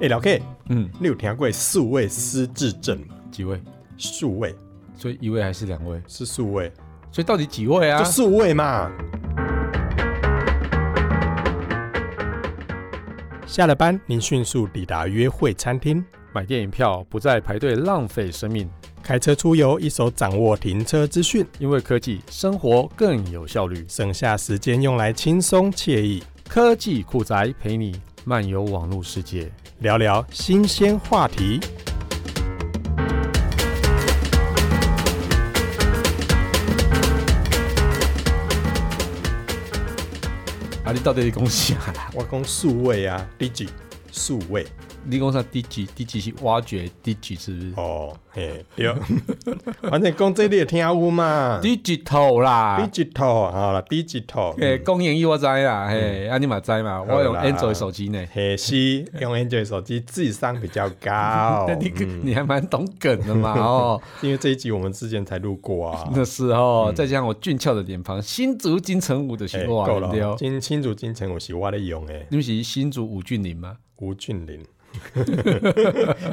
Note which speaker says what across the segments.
Speaker 1: 哎、老 K，
Speaker 2: 嗯，
Speaker 1: 你有听过数位失智症吗？
Speaker 2: 几位？
Speaker 1: 数位
Speaker 2: 所以一位还是两位？
Speaker 1: 是数位，
Speaker 2: 所以到底几位啊
Speaker 1: 就？数位嘛。下了班，您迅速抵达约会餐厅，
Speaker 2: 买电影票不再排队浪费生命，
Speaker 1: 开车出游，一手掌握停车资讯，
Speaker 2: 因为科技生活更有效率。
Speaker 1: 省下时间用来轻松惬意，
Speaker 2: 科技酷宅陪你漫游网络世界。
Speaker 1: 聊聊新鲜话题。
Speaker 2: 啊，你到底是讲啥啦？
Speaker 1: 我讲数位啊，第几？数位
Speaker 2: 你讲啥？第几？第几是挖掘？第几是不是、
Speaker 1: 哦，嘿，对， 反正讲这你也听有嘛。
Speaker 2: d i g i t a l 啦。
Speaker 1: digital 好啦 d i g i t a l
Speaker 2: 啊诶，公演义我知啦，嘿，啊你嘛知
Speaker 1: 啦
Speaker 2: 嘛，我用 Android 手机呢。
Speaker 1: 嘿，是用 Android 手机智商比较高
Speaker 2: 那，你你还蛮懂梗的嘛哦。
Speaker 1: 因为这一集我们之前才录过啊。
Speaker 2: 那时候再加上我俊俏的脸庞，新竹金城武的
Speaker 1: 哎
Speaker 2: 是哇
Speaker 1: 够了
Speaker 2: 对
Speaker 1: 哦，
Speaker 2: 哦，
Speaker 1: 金清楚金城我是我在用诶，
Speaker 2: 你们是新竹吴俊霖吗？
Speaker 1: 吴俊 霖。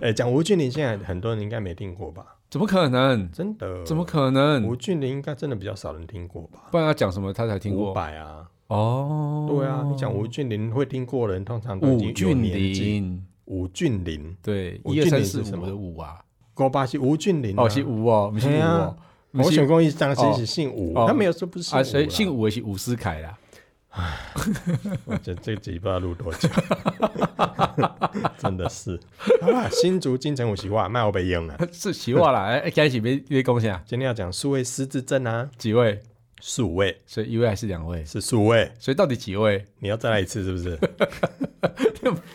Speaker 1: 哎，讲吴俊霖，现在很多人应该没听过吧？
Speaker 2: 怎么可能？
Speaker 1: 真的？
Speaker 2: 怎么可能
Speaker 1: 吴？俊霖应该真的比较少人听过吧？
Speaker 2: 不然要讲什么他才听
Speaker 1: 伍
Speaker 2: 过？
Speaker 1: 佰啊，
Speaker 2: 哦，
Speaker 1: 对啊，你讲吴俊霖会听过的人，通常都
Speaker 2: 吴
Speaker 1: 已经有
Speaker 2: 俊
Speaker 1: 年纪。
Speaker 2: 霖，
Speaker 1: 吴俊霖，
Speaker 2: 对，
Speaker 1: 吴
Speaker 2: 一
Speaker 1: 俊
Speaker 2: 二
Speaker 1: 霖
Speaker 2: 三
Speaker 1: 是
Speaker 2: 四
Speaker 1: 什
Speaker 2: 五
Speaker 1: 么
Speaker 2: 的五啊，
Speaker 1: 郭巴是吴俊霖啊。
Speaker 2: 哦是吴哦，不是
Speaker 1: 嘿
Speaker 2: 吴
Speaker 1: 啊
Speaker 2: 哦，不
Speaker 1: 我
Speaker 2: 是
Speaker 1: 想讲伊当时
Speaker 2: 哦
Speaker 1: 是姓吴，
Speaker 2: 哦
Speaker 1: 他没有说不是
Speaker 2: 啊，
Speaker 1: 姓
Speaker 2: 谁
Speaker 1: 吴啦。
Speaker 2: 姓吴的是吴思凯啦？
Speaker 1: 我哦这这集不知道录多久， 真的是。好啦，新竹金城武喜欢，卖我被用了。
Speaker 2: 是喜欢啦，哎，哎开始别别讲啥？
Speaker 1: 今天要讲数位失智症啊，
Speaker 2: 几位？
Speaker 1: 数位
Speaker 2: 所以一位还是两位？
Speaker 1: 是数位，
Speaker 2: 所以到底几位？
Speaker 1: 你要再来一次是不是？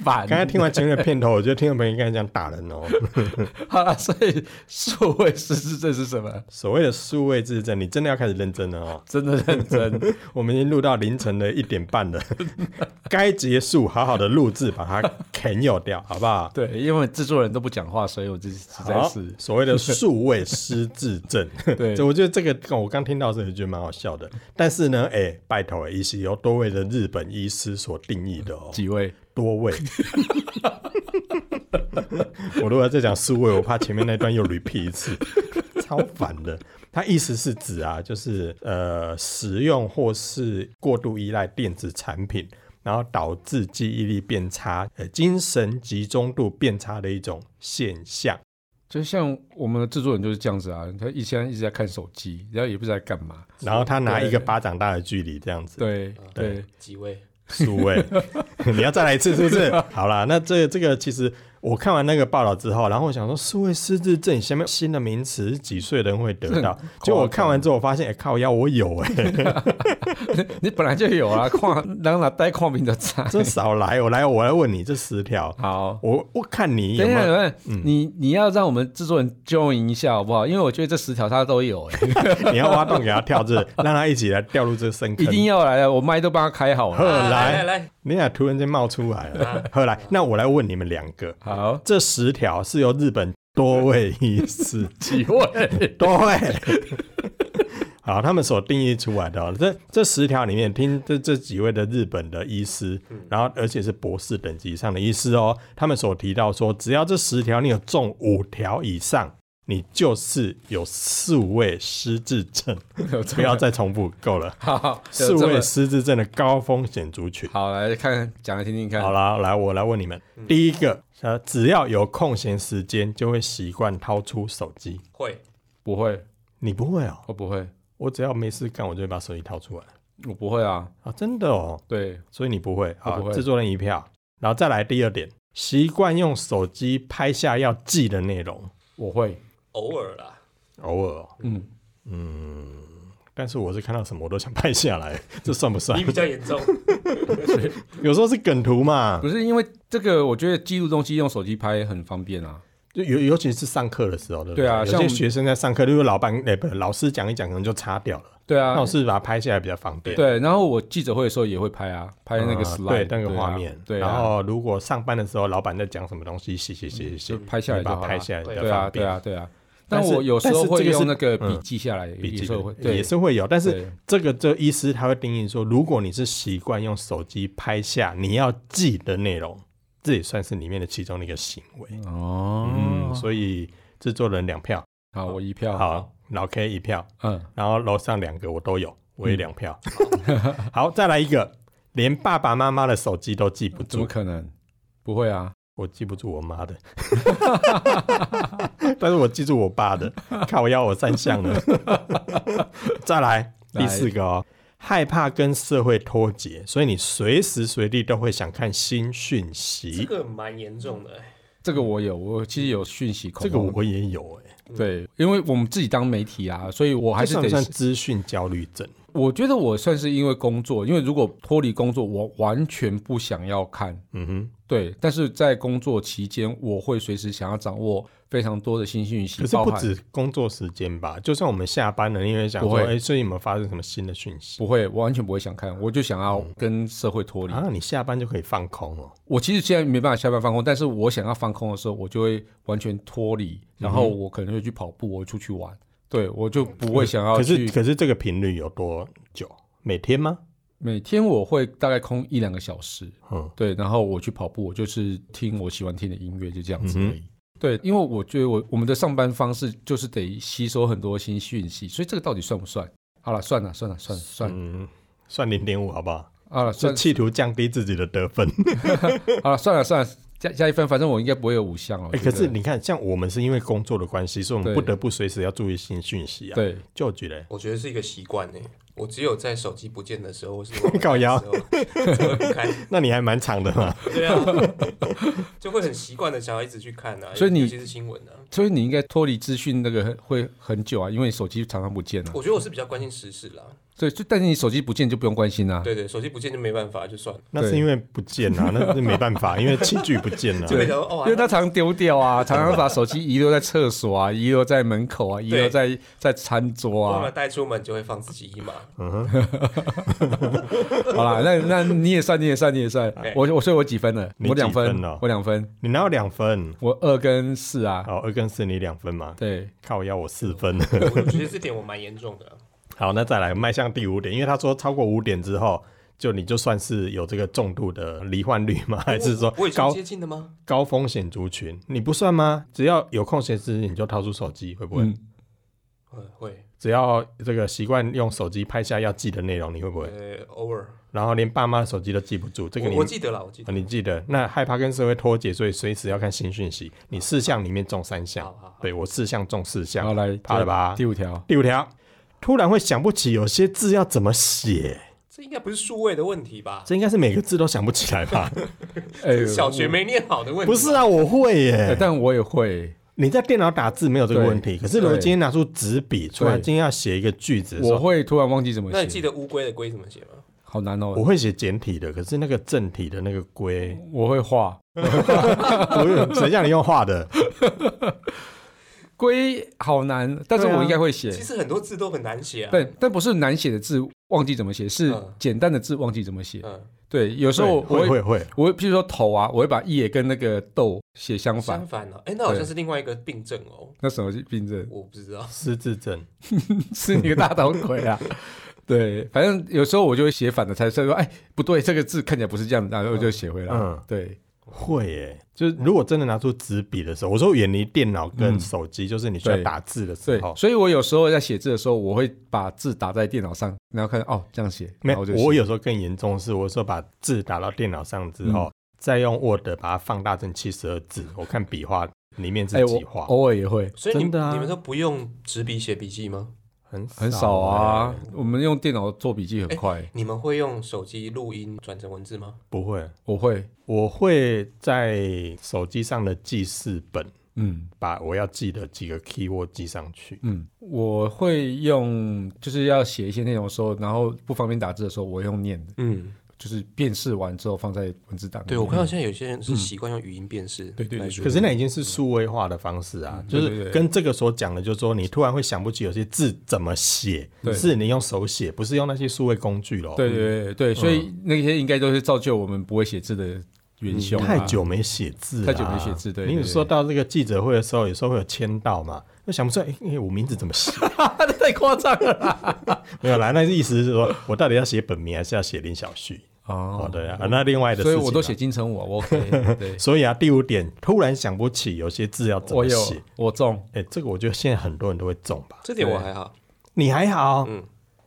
Speaker 2: 反
Speaker 1: 刚才听完前面的片头，我觉得听众朋友应该想打人哦。
Speaker 2: 好了，啊所以数位失智症是什么？
Speaker 1: 所谓的数位失智症，你真的要开始认真了哦。
Speaker 2: 真的认真。
Speaker 1: 我们已经录到凌晨的一点半 了，该结束，好好的录制，把它啃咬掉，好不好？
Speaker 2: 对，因为制作人都不讲话，所以我这实在
Speaker 1: 好
Speaker 2: 是
Speaker 1: 所谓的数位失智症。
Speaker 2: 对
Speaker 1: 这我觉得这个我刚听到的时候觉得蛮好笑的。但是呢，哎、拜托、医师由多位的日本医师所定义的哦，
Speaker 2: 几位
Speaker 1: 多位。 我如果再讲数位，我怕前面那段又 repeat 一次，超烦的。它意思是指啊，就是呃，使用或是过度依赖电子产品，然后导致记忆力变差、呃，精神集中度变差的一种现象。
Speaker 2: 就像我们的制作人就是这样子啊，他一现在一直在看手机，然后也不知道在干嘛。
Speaker 1: 然后他拿一个巴掌大的距离这样子，
Speaker 2: 对对，
Speaker 3: 几位？
Speaker 1: 数 位，你要再来一次是不是？好啦，那这这个其实我看完那个报道之后，然后我想说，数位失智症下面新的名词，几岁的人会得到？结果我看完之后，我发现，哎、靠腰，我有哎、
Speaker 2: 你本来就 有啊，矿让他带矿瓶的菜。
Speaker 1: 真少来，我来，我来问你这十条，
Speaker 2: 好，
Speaker 1: 我我看你有嗯
Speaker 2: 等
Speaker 1: 没
Speaker 2: 一下，
Speaker 1: 有？
Speaker 2: 等一下你你要让我们制作人 join 一下好不好？因为我觉得这十条他都有，哎
Speaker 1: 你要挖洞给他跳，是不是让他一起来掉入这个深
Speaker 2: 一
Speaker 1: 坑。
Speaker 2: 定要来啊！我麦都帮他开好
Speaker 1: 呵
Speaker 2: 了。
Speaker 1: 来
Speaker 3: 啊来来，
Speaker 1: 你俩突然间冒出来
Speaker 2: 啊
Speaker 1: 了，后来，那我来问你们两个，
Speaker 2: 好，
Speaker 1: 这十条是由日本多位医师
Speaker 2: 几 位？
Speaker 1: 对。好，他们所定义出来的哦、这这十条里面，听这这几位的日本的医师，
Speaker 2: 嗯
Speaker 1: 然后而且是博士等级以上的医师哦，他们所提到说，只要这十条你有中五条以上，你就是有四位失智 症，不要再重复，够了，
Speaker 2: 好，就
Speaker 1: 四
Speaker 2: 这么嗯
Speaker 1: 位失智症的高风险族群。
Speaker 2: 好来看看，讲来听听看。
Speaker 1: 好啦，来我来问你们，
Speaker 2: 嗯
Speaker 1: 第一个，呃，只要有空闲时间，就会习惯掏出手机，
Speaker 3: 会
Speaker 2: 不会，
Speaker 1: 你不会哦？
Speaker 2: 我不会，
Speaker 1: 我只要没事干，我就会把手机掏出来
Speaker 2: 我不会啊。
Speaker 1: 啊，真的哦，
Speaker 2: 对，
Speaker 1: 所以你不会
Speaker 2: 我
Speaker 1: 啊
Speaker 2: 不，会
Speaker 1: 制作人一票，然后再来第二点，习惯用手机拍下要记的内容，
Speaker 2: 我会。
Speaker 3: 偶尔啦，
Speaker 1: 偶尔、哦，
Speaker 2: 嗯，
Speaker 1: 但是我是看到什么我都想拍下来，这算不算
Speaker 3: 你？比较严重。
Speaker 1: 有时候是梗图嘛，
Speaker 2: 不是因为这个，我觉得记录东西用手机拍很方便啊。
Speaker 1: 就尤尤其是上课的时候，对不
Speaker 2: 对啊
Speaker 1: 有
Speaker 2: 像
Speaker 1: 些
Speaker 2: 我们
Speaker 1: 学生在上课，如果老板哎、不老师讲一讲，可能就擦掉了，
Speaker 2: 对
Speaker 1: 那
Speaker 2: 啊
Speaker 1: 我，是把它拍下来比较方便。
Speaker 2: 对。然后我记者会的时候也会拍啊，拍那个
Speaker 1: 嗯
Speaker 2: slide，、
Speaker 1: 对那个
Speaker 2: 啊
Speaker 1: 画面，
Speaker 2: 对啊，
Speaker 1: 然后如果上班的时候，老板在讲什么东西，写写写写写，
Speaker 2: 就拍下来
Speaker 1: 你
Speaker 2: 就
Speaker 1: 把
Speaker 2: 好
Speaker 1: 它
Speaker 2: 了。
Speaker 1: 拍下来比较
Speaker 2: 对啊，
Speaker 1: 方
Speaker 2: 对
Speaker 1: 便。
Speaker 2: 啊，对啊。
Speaker 1: 但
Speaker 2: 但
Speaker 1: 是
Speaker 2: 我有时候
Speaker 1: 但是
Speaker 2: 会
Speaker 1: 这个是
Speaker 2: 用那个笔
Speaker 1: 嗯
Speaker 2: 记下来，有
Speaker 1: 笔记
Speaker 2: 时候会
Speaker 1: 也
Speaker 2: 对
Speaker 1: 是会有，但是
Speaker 2: 对
Speaker 1: 这个这医师他会定义说，如果你是习惯用手机拍下你要记的内容，这也算是里面的其中的一个行为。
Speaker 2: 哦，
Speaker 1: 嗯，所以制作人两票，
Speaker 2: 好，我一票，，
Speaker 1: 好，老 K 一票，
Speaker 2: 嗯，
Speaker 1: 然后楼上两个我都有，我也两票。 好，再来一个，连爸爸妈妈的手机都记不
Speaker 2: 怎么
Speaker 1: 住，
Speaker 2: 可能？不会啊，
Speaker 1: 我记不住我妈的， 但是我记住我爸的，看我要我三项了。 再来第四个哦，害怕跟社会脱节，所以你随时随地都会想看新讯
Speaker 3: 这
Speaker 1: 息。
Speaker 3: 个蛮严重的、欸，
Speaker 2: 这个我有，我其实有讯息恐
Speaker 1: 这
Speaker 2: 慌，
Speaker 1: 个我也有哎、
Speaker 2: 对，因为我们自己当媒体啊，所以我
Speaker 1: 这
Speaker 2: 还是
Speaker 1: 算
Speaker 2: 得
Speaker 1: 不算资讯焦虑症？
Speaker 2: 我觉得我算是因为工作，因为如果脱离工作，我完全不想要看。
Speaker 1: 嗯哼。
Speaker 2: 对，但是在工作期间，我会随时想要掌握非常多的新讯息，
Speaker 1: 可是
Speaker 2: 包
Speaker 1: 不
Speaker 2: 含
Speaker 1: 止工作时间吧，就算我们下班了，因为想
Speaker 2: 不
Speaker 1: 说，
Speaker 2: 会
Speaker 1: 哎、最近有没有发生什么新的讯息？
Speaker 2: 不会，我完全不会想看，我就想要跟社会脱离。
Speaker 1: 嗯啊，你下班就可以放空哦。
Speaker 2: 我其实现在没办法下班放空，但是我想要放空的时候，我就会完全脱离，
Speaker 1: 嗯
Speaker 2: 然后我可能会去跑步，我会出去玩，对我就不会想要
Speaker 1: 可是
Speaker 2: 去。
Speaker 1: 可是这个频率有多久？每天吗？
Speaker 2: 每天我会大概空一两个小时，
Speaker 1: 嗯，
Speaker 2: 对，然后我去跑步，我就是听我喜欢听的音乐，就
Speaker 1: 嗯
Speaker 2: 这样子而已。对，因为我觉得我我们的上班方式就是得吸收很多新讯息，所以这个到底算不算？好了，算了，算了，算了，算了，
Speaker 1: 嗯，算零点五好不好？
Speaker 2: 好了，
Speaker 1: 就
Speaker 2: 算
Speaker 1: 企图降低自己的得分。
Speaker 2: 好了，算了，算了，加加一分，反正我应该不会有五项哦。
Speaker 1: 哎、
Speaker 2: 我觉
Speaker 1: 可
Speaker 2: 得
Speaker 1: 是你看，像我们是因为工作的关系，所以我们
Speaker 2: 对
Speaker 1: 不得不随时要注意新讯息啊。，
Speaker 2: 对，
Speaker 1: 就举嘞，
Speaker 3: 我觉得是一个习惯呢。我只有在手机不见的时候，或是忘了
Speaker 1: 靠腰
Speaker 3: 的时候才会不看，
Speaker 1: 那你还蛮长的嘛。
Speaker 3: 对啊， 就会很习惯的想要一直去看啊。
Speaker 2: 所以你
Speaker 3: 尤其是新闻啊，
Speaker 2: 所以你应该脱离资讯那个很会很久啊，因为你手机常常不见啊。
Speaker 3: 我觉得我是比较关心时事啦。
Speaker 2: 对，就但是你手机不见就不用关心啊。
Speaker 3: 对对，手机不见就没办法，就算了。
Speaker 1: 那是因为不见 啊，那是没办法，因为器具不见 了、
Speaker 3: 就没想到哦，
Speaker 2: 因为他常常丢掉啊， 常常把手机遗留在厕所啊，遗留在门口啊，遗留在在餐桌
Speaker 3: 忘
Speaker 2: 啊
Speaker 3: 了。带出门就会放自己一 马。
Speaker 2: 好啦，那那你也算，你也算，你也算。
Speaker 3: 哎
Speaker 2: 我我所以我几分了？
Speaker 1: 你
Speaker 2: 我两
Speaker 1: 几分哦了
Speaker 2: 我两分，
Speaker 1: 你哪有两分？
Speaker 2: 我二跟四啊。
Speaker 1: 好，二跟四你两分嘛，
Speaker 2: 对，
Speaker 1: 靠腰我四分。
Speaker 3: 我觉得这点我蛮严重的啊，
Speaker 1: 好，那再来迈向第五点，因为他说超过五点之后，就你就算是有这个重度的罹患率吗？还是说
Speaker 3: 我已经
Speaker 1: 高
Speaker 3: 接近了吗？
Speaker 1: 高风险族群你不算吗？只要有空闲时间你就掏出手机，会不会？
Speaker 2: 嗯，
Speaker 3: 嗯，会，
Speaker 1: 只要这个习惯用手机拍下要记的内容，你会不会？
Speaker 3: 呃，偶尔。
Speaker 1: 然后连爸妈的手机都记不住，这个你
Speaker 3: 我我记得了，我记
Speaker 1: 啊
Speaker 3: 得。
Speaker 1: 你记得？那害怕跟社会脱节，所以随时要看新讯息。你四项里面中三项
Speaker 3: 好，好好
Speaker 1: 对我四项中四项，
Speaker 2: 好来，
Speaker 1: 怕了吧？
Speaker 2: 第五条，
Speaker 1: 第五条，突然会想不起有些字要怎么写。
Speaker 3: 这应该不是数位的问题吧？
Speaker 1: 这应该是每个字都想不起来吧？
Speaker 2: 哎
Speaker 3: 小学没念好的问题。
Speaker 1: 不是，啊，我会
Speaker 2: 哎
Speaker 1: 耶。
Speaker 2: 但我也会，
Speaker 1: 你在电脑打字没有这个
Speaker 2: 对
Speaker 1: 问题，可是如果
Speaker 2: 对
Speaker 1: 今天拿出纸笔出来，
Speaker 2: 对
Speaker 1: 今天要写一个句子的时
Speaker 2: 我
Speaker 1: 候，
Speaker 2: 会突然忘记怎么
Speaker 3: 那你记
Speaker 2: 写，
Speaker 3: 得乌龟的龟怎么写吗？
Speaker 2: 好难哦。
Speaker 1: 我会写简体的，可是那个正体的那个龟，
Speaker 2: 我会画
Speaker 1: 我有谁让你用画的？
Speaker 2: 龟，好难，但是
Speaker 1: 对啊
Speaker 2: 我应该会写。
Speaker 3: 其实很多字都很难写啊。
Speaker 2: 但但不是难写的字忘记怎么写，是
Speaker 3: 嗯
Speaker 2: 简单的字忘记怎么写。
Speaker 3: 嗯，
Speaker 2: 对，有时候
Speaker 1: 对
Speaker 2: 我
Speaker 1: 会
Speaker 2: 会，
Speaker 1: 会会，
Speaker 2: 我会，譬如说头啊，我会把叶跟那个豆写相
Speaker 3: 相
Speaker 2: 反。
Speaker 3: 反了，哎，那好像是另外一个病症哦，
Speaker 2: 那什么病症？
Speaker 3: 我不知道。
Speaker 1: 失智症。
Speaker 2: 是你个大头鬼啊！对，反正有时候我就会写反了，才说哎不对，这个字看起来不是这样，然后我就写回来。
Speaker 1: 嗯
Speaker 2: 对，
Speaker 1: 会耶，就是如果真的拿出纸笔的时候，我说远离电脑跟手机，就是你需要
Speaker 2: 对
Speaker 1: 打字的时
Speaker 2: 嗯对，
Speaker 1: 候。
Speaker 2: 所以我有时候在写字的时候，我会把字打在电脑上，然后看哦这样写，
Speaker 1: 没
Speaker 2: 然
Speaker 1: 有
Speaker 2: 后就，
Speaker 1: 我
Speaker 2: 写
Speaker 1: 有时候更严重的是，我说把字打到电脑上之
Speaker 2: 嗯
Speaker 1: 后，再用 Word 把它放大成七十二字，我看笔画里面
Speaker 2: 哎
Speaker 1: 是几
Speaker 2: 我
Speaker 1: 画。
Speaker 2: 偶尔也会，
Speaker 3: 所以你
Speaker 1: 真的啊
Speaker 3: 你们都不用纸笔写笔记吗？
Speaker 1: 很
Speaker 2: 很少啊
Speaker 1: 欸，
Speaker 2: 我们用电脑做笔记很快，
Speaker 3: 你们会用手机录音转成文字吗？
Speaker 1: 不会，
Speaker 2: 我会，
Speaker 1: 我会在手机上的记事本
Speaker 2: 嗯。
Speaker 1: 把我要记的几个 keyword 记上去。
Speaker 2: 嗯，我会用，就是要写一些内容的时候，然后不方便打字的时候，我会用念的，
Speaker 3: 嗯，
Speaker 2: 就是辨识完之后放在文字档里面。
Speaker 3: 对，我看到现在有些人是习惯用语音辨识，
Speaker 2: 对对对
Speaker 1: 可是那已经是数位化的方式啊，就
Speaker 2: 嗯对对
Speaker 1: 是
Speaker 2: 对
Speaker 1: 跟这个所讲的，就是说你突然会想不起有些字怎么写，
Speaker 2: 对
Speaker 1: 是你用手写，不是用那些数位工具咯。
Speaker 2: 对
Speaker 3: 嗯
Speaker 2: 对对对，所以那些应该都是造就我们不会写字的元凶、啊
Speaker 1: 嗯太，久没写字啦，
Speaker 2: 太久没写字对对
Speaker 1: 你有说到这个记者会的时候，有时候会有签到嘛，就想不出来，哎、哎我名字怎么 写？
Speaker 2: 太夸张了。
Speaker 1: 没有啦，那意思是说我到底要写本名还是要写林小旭？好
Speaker 2: 哦，
Speaker 1: 的呀、啊那另外的事
Speaker 2: 所
Speaker 1: 情
Speaker 2: 以
Speaker 1: 啊、，
Speaker 2: 我都写金城武啊，我 OK，对
Speaker 1: 所以啊，第五点，突然想不起有些字要怎
Speaker 2: 我
Speaker 1: 么
Speaker 2: 有
Speaker 1: 写。
Speaker 2: 我中，
Speaker 1: 哎、这个我觉得现在很多人都会中吧？
Speaker 3: 这点我还好，
Speaker 1: 你还
Speaker 2: 嗯
Speaker 1: 好、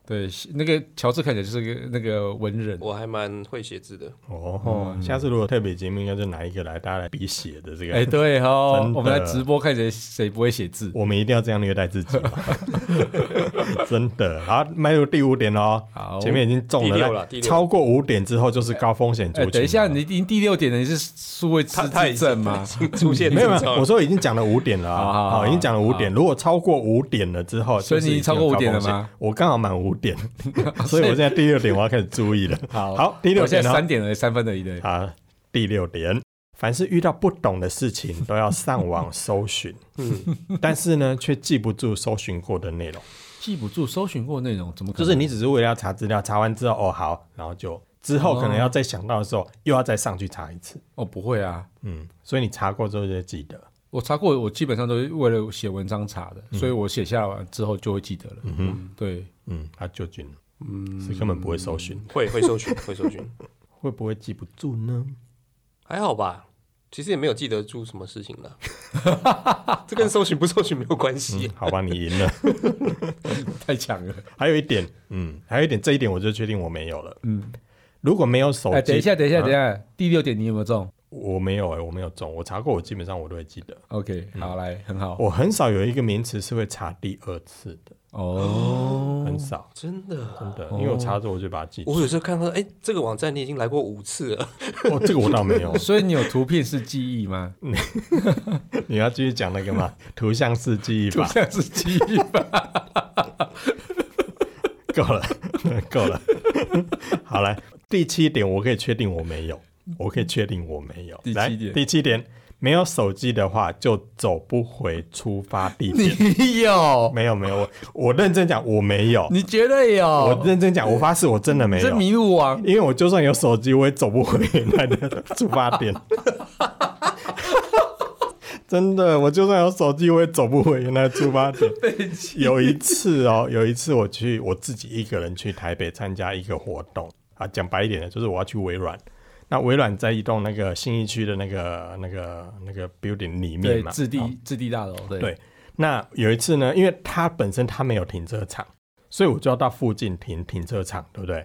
Speaker 2: 对，那个乔治看起来就是个那个文人，
Speaker 3: 我还蛮会写字的。
Speaker 2: 嗯
Speaker 1: 哦。下次如果特别节目，应该就拿一个来大家来比写的这个。
Speaker 2: 哎，对哦
Speaker 1: 真，的
Speaker 2: 我们来直播看谁谁不会写字，
Speaker 1: 我们一定要这样虐待自 己，真的。好，迈入第五点哦，
Speaker 2: 好
Speaker 1: 前面已经中
Speaker 3: 第六
Speaker 1: 了，
Speaker 3: 了第六
Speaker 1: 超过五点之后就是高风险族
Speaker 2: 哎，
Speaker 1: 群。
Speaker 2: 等一下，你已经第六点了，你是数位失智症吗？
Speaker 3: 出现
Speaker 1: 没有 没
Speaker 3: 这
Speaker 1: 有，
Speaker 3: 种
Speaker 1: 我说已经讲了五点了
Speaker 2: 好
Speaker 1: 啊，
Speaker 2: 好
Speaker 1: 好，
Speaker 2: 好
Speaker 1: 已经讲了五点。如果超过五点了之后，
Speaker 2: 所以
Speaker 1: 就是
Speaker 2: 你
Speaker 1: 已经有
Speaker 2: 超过五点
Speaker 1: 高风险
Speaker 2: 了吗？
Speaker 1: 我刚好满五点， 所以我现在第六点我要开始注意了。好，第六
Speaker 2: 我现
Speaker 1: 点哦
Speaker 2: 在
Speaker 1: 呢？
Speaker 2: 三点了，三分而已对。
Speaker 1: 啊，第六点，凡是遇到不懂的事情，都要上网搜寻， 嗯，但是呢，却记不住搜寻过的内容。
Speaker 2: 记不住搜寻过内容，怎么可
Speaker 1: 就
Speaker 2: 能
Speaker 1: 是你只是为了要查资料，查完之后哦好，然后就之后可能要再想到的时候，又要再上去查一次。
Speaker 2: 哦，不会啊，
Speaker 1: 嗯，所以你查过之后就记得。
Speaker 2: 我查过，我基本上都是为了写文章查的，所以我写下完之后就会记得了。嗯，对，
Speaker 1: 嗯，他就军，嗯，是根本不会搜寻，
Speaker 3: 会会搜寻， 会搜寻，
Speaker 1: 会不会记不住呢？
Speaker 3: 还好吧。其实也没有记得住什么事情了，这跟搜寻不搜寻没有关系。
Speaker 1: 嗯好吧，你赢了。
Speaker 2: 太强了。
Speaker 1: 还有一点，嗯，还有一点，这一点我就确定我没有了。嗯，如果没有手
Speaker 2: 哎，
Speaker 1: 机，
Speaker 2: 等一下，等一下，
Speaker 1: 啊
Speaker 2: 等一下，第六点你有没有中
Speaker 1: 我没有哎、我没有中，我查过，我基本上我都会记得。
Speaker 2: ？OK，好，来，很好。
Speaker 1: 嗯我很少有一个名词是会查第二次的，
Speaker 2: 哦，
Speaker 1: 很少，
Speaker 3: 真的，
Speaker 1: 真的，因为我查着我就把它记住。
Speaker 3: 我有时候看到，哎，这个网站你已经来过五次了，
Speaker 1: 哦，嗯这个我倒没有。
Speaker 2: 所以你有图片是记忆吗？
Speaker 1: 你要继续讲那个吗？图像式记忆
Speaker 2: 图
Speaker 1: 法
Speaker 2: 像是记忆 吧？
Speaker 1: 够了，够了。 好来，第七点我可以确定我没有，我可以确定我没有。
Speaker 2: 第七
Speaker 1: 来
Speaker 2: 点
Speaker 1: 第七点，没有手机的话就走不回出发地点。
Speaker 2: 你有？
Speaker 1: 没有没有，我我认真讲我没有，
Speaker 2: 你绝对
Speaker 1: 我
Speaker 2: 有？
Speaker 1: 认真讲，我发誓我真的没
Speaker 2: 你是
Speaker 1: 有。
Speaker 2: 麋鹿王？
Speaker 1: 因为我就算有手机，我也走不回原来的出发 点。真的，我就算有手机，我也走不回原来的出发点。有一次哦，有一次我去我自己一个人去台北参加一个活动啊，讲白一点的，就是我要去微软。那微软在一栋那个信义区的那个那个那个 building 里 面
Speaker 2: 对，
Speaker 1: 嘛，
Speaker 2: 置
Speaker 1: 啊
Speaker 2: 地置地大楼，对
Speaker 1: 对那有一次呢，因为它本身它没有停车场，所以我就要到附近停停车场，对不对？